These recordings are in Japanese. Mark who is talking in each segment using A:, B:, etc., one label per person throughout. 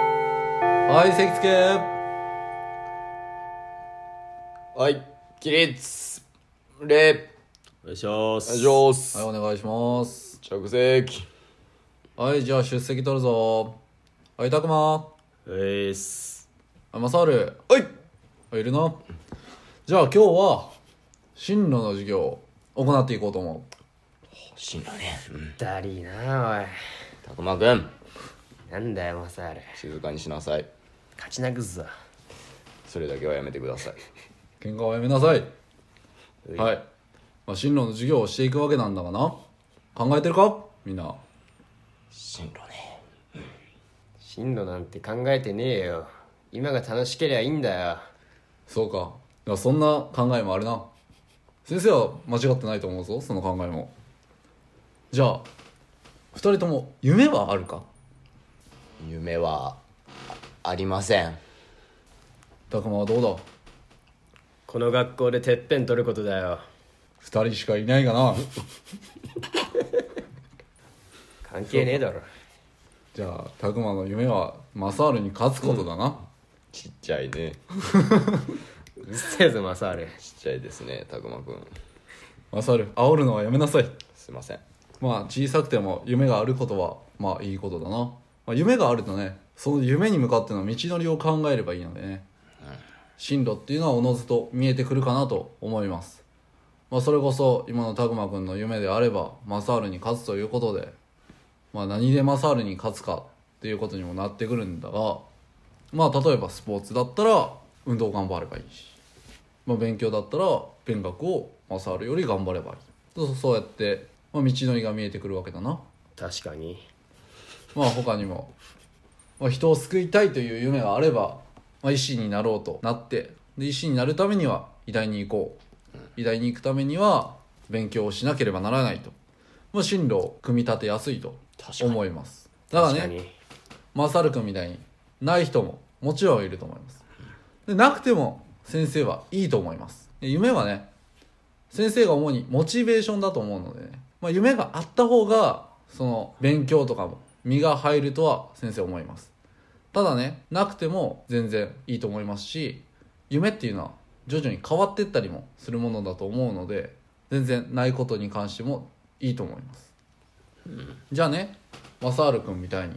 A: はい、関付
B: はい起立礼
C: お願いしま
B: お願い
C: す
B: します
A: はい、お願いします。
B: 着席
A: はい、じゃあ出席取るぞ。はい、たくま。は
C: うえーす
A: い、まさる。
B: はい
A: はい、いるな。じゃあ今日は、進路の授業を行っていこうと思。
B: しんどね
D: だりーなおい
B: たくまくん
D: なんだよマサール
B: 静かにしなさい
D: 勝ちなくっぞ
B: それだけはやめてくださいう
A: 喧嘩はやめなさい。
B: うい
A: はい。まあ、進路の授業をしていくわけなんだがな。考えてるかみんな。
B: 進路ね
D: 進路なんて考えてねえよ今が楽しけりゃいいんだよ
A: そうか。いや、そんな考えもあるな。先生は間違ってないと思うぞ、その考えも。じゃあ、二人とも夢はあるか
B: 夢はあありません
A: たくまはどうだ
D: この学校でてっぺん取ることだよ
A: 二人しかいないがな。
D: 関係ねえだろ
A: じゃあ、たくまの夢は、マサールに勝つことだな。
B: ちっちゃいね
D: うっせえぞマサール
B: ちっちゃいですねたくまくん
A: マサール、煽るのはやめなさい。
B: すいません
A: まあ、小さくても夢があることは、まあ、いいことだな。まあ、夢があるとね、その夢に向かっての道のりを考えればいいのでね。進路っていうのはおのずと見えてくるかなと思います。まあ、それこそ、今のたくまくんの夢であれば、マサールに勝つということで、まあ、何でマサールに勝つかっていうことにもなってくるんだが、まあ、例えばスポーツだったら、運動頑張ればいいし、まあ、勉強だったら勉学を勝るより頑張ればいいそうそうやって、まあ、道のりが見えてくるわけだな
D: 確かに
A: まあ他にも、まあ、人を救いたいという夢があれば、まあ、医師になろうとなってで医師になるためには医大に行こう医大に行くためには勉強をしなければならないと、まあ、進路を組み立てやすいと思いますだから
D: 確か
A: ね
D: に
A: マサル君みたいにない人ももちろんいると思いますでなくても先生はいいと思いますで夢はね先生が主にモチベーションだと思うのでね、まあ、夢があった方がその勉強とかも身が入るとは先生思いますただねなくても全然いいと思いますし夢っていうのは徐々に変わってったりもするものだと思うので全然ないことに関してもいいと思います、じゃあねマサール君みたいに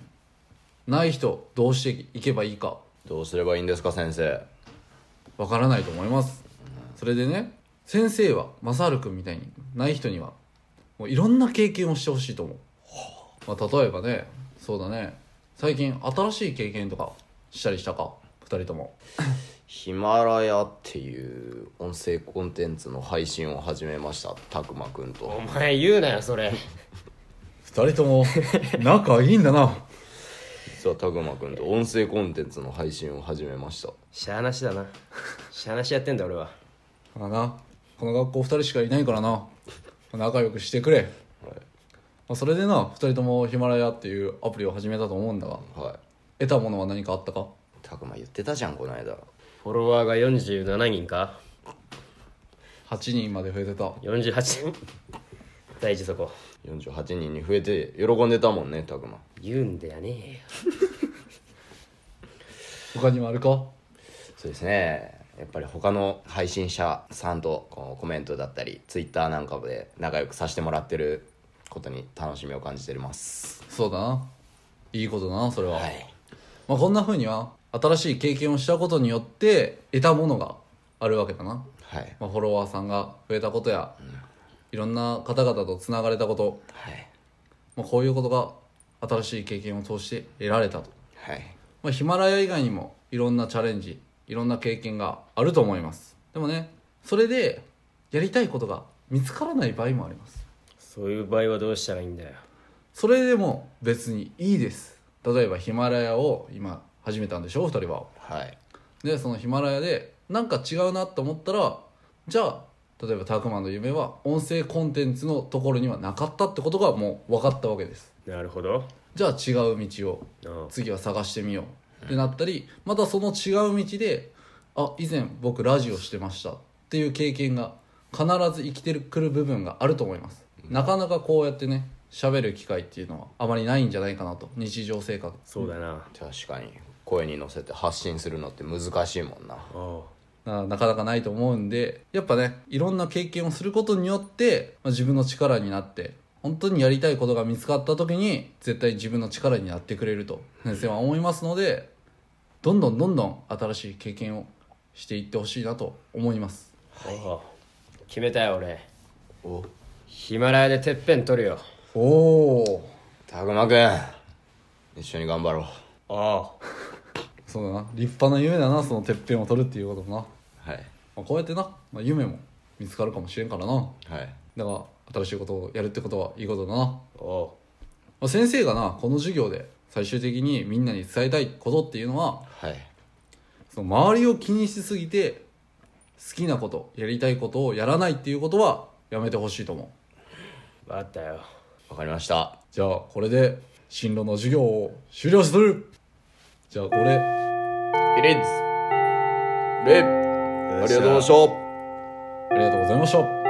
A: ない人どうしていけばいいか
B: どうすればいいんですか先生
A: わからないと思いますそれでね先生はマサール君みたいにない人にはもういろんな経験をしてほしいと思う、まあ、例えばねそうだね最近新しい経験とかしたりしたか2人とも
B: ヒマラヤっていう音声コンテンツの配信を始めましたたくまくんと
D: お前言うなよそれ
A: 2人とも仲いいんだな
B: 実はたくまくんと音声コンテンツの配信を始めました
D: しゃあなしだなしゃあなしやってんだ俺は
A: まあなこの学校2人しかいないからな仲良くしてくれ、まあ、それでな2人ともヒマラヤっていうアプリを始めたと思うんだが
B: はい
A: 得たものは何かあったか
B: たくま言ってたじゃんこの間
D: フォロワーが47人か
A: 8人まで増えてた
D: 48大事そこ
B: 48人に増えて喜んでたもんねたくま
D: 言うんだよね
A: 他にもあるか
B: そうですねやっぱり他の配信者さんとこうコメントだったりツイッターなんかで仲良くさせてもらってることに楽しみを感じてます
A: そうだないいことだなそれは、
B: はい
A: まあ、こんな風には新しい経験をしたことによって得たものがあるわけだな、
B: はい
A: まあ、フォロワーさんが増えたことや、いろんな方々とつながれたこと、
B: はい
A: まあ、こういうことが新しい経験を通して得られたと、
B: はい
A: まあ、ヒマラヤ以外にもいろんなチャレンジいろんな経験があると思いますでもねそれでやりたいことが見つからない場合もあります
D: そういう場合はどうしたらいいんだよ
A: それでも別にいいです例えばヒマラヤを今始めたんでしょ2人は
B: はい
A: でそのヒマラヤでなんか違うなと思ったらじゃあ例えばたくまの夢は音声コンテンツのところにはなかったってことがもう分かったわけです
D: なるほど
A: じゃあ違う道を
D: うん
A: 次は探してみようってなったりまたその違う道であ以前僕ラジオしてましたっていう経験が必ず生きてくる部分があると思いますなかなかこうやってね喋る機会っていうのはあまりないんじゃないかなと日常生活
D: そうだな
B: 確かに声に乗せて発信するのって難しいもんな
C: あ
A: ななかなかないと思うんでやっぱねいろんな経験をすることによって、まあ自分の力になって本当にやりたいことが見つかった時に絶対自分の力になってくれると先生は思いますのでどんどんどんどん新しい経験をしていってほしいなと思います
D: おう決めたよ俺
B: お
D: ヒマラヤでてっぺん取るよ
A: おお
B: たくまくん一緒に頑張ろう
C: ああ
A: そうだな立派な夢だなそのてっぺんを取るっていうこともな、
B: はい
A: まあこうやってな、まあ夢も見つかるかもしれんからな
B: はい
A: だから新しいことをやるってことはいいことだな
D: おう
A: まあ先生がなこの授業で最終的にみんなに伝えたいことっていうのは
B: はい
A: その周りを気にしすぎて好きなことやりたいことをやらないっていうことはやめてほしいと思う
D: 分かったよ
B: わかりました
A: じゃあこれで進路の授業を終了するじゃあこれ
B: キリッズレッありがとうございました
A: ありがとうございました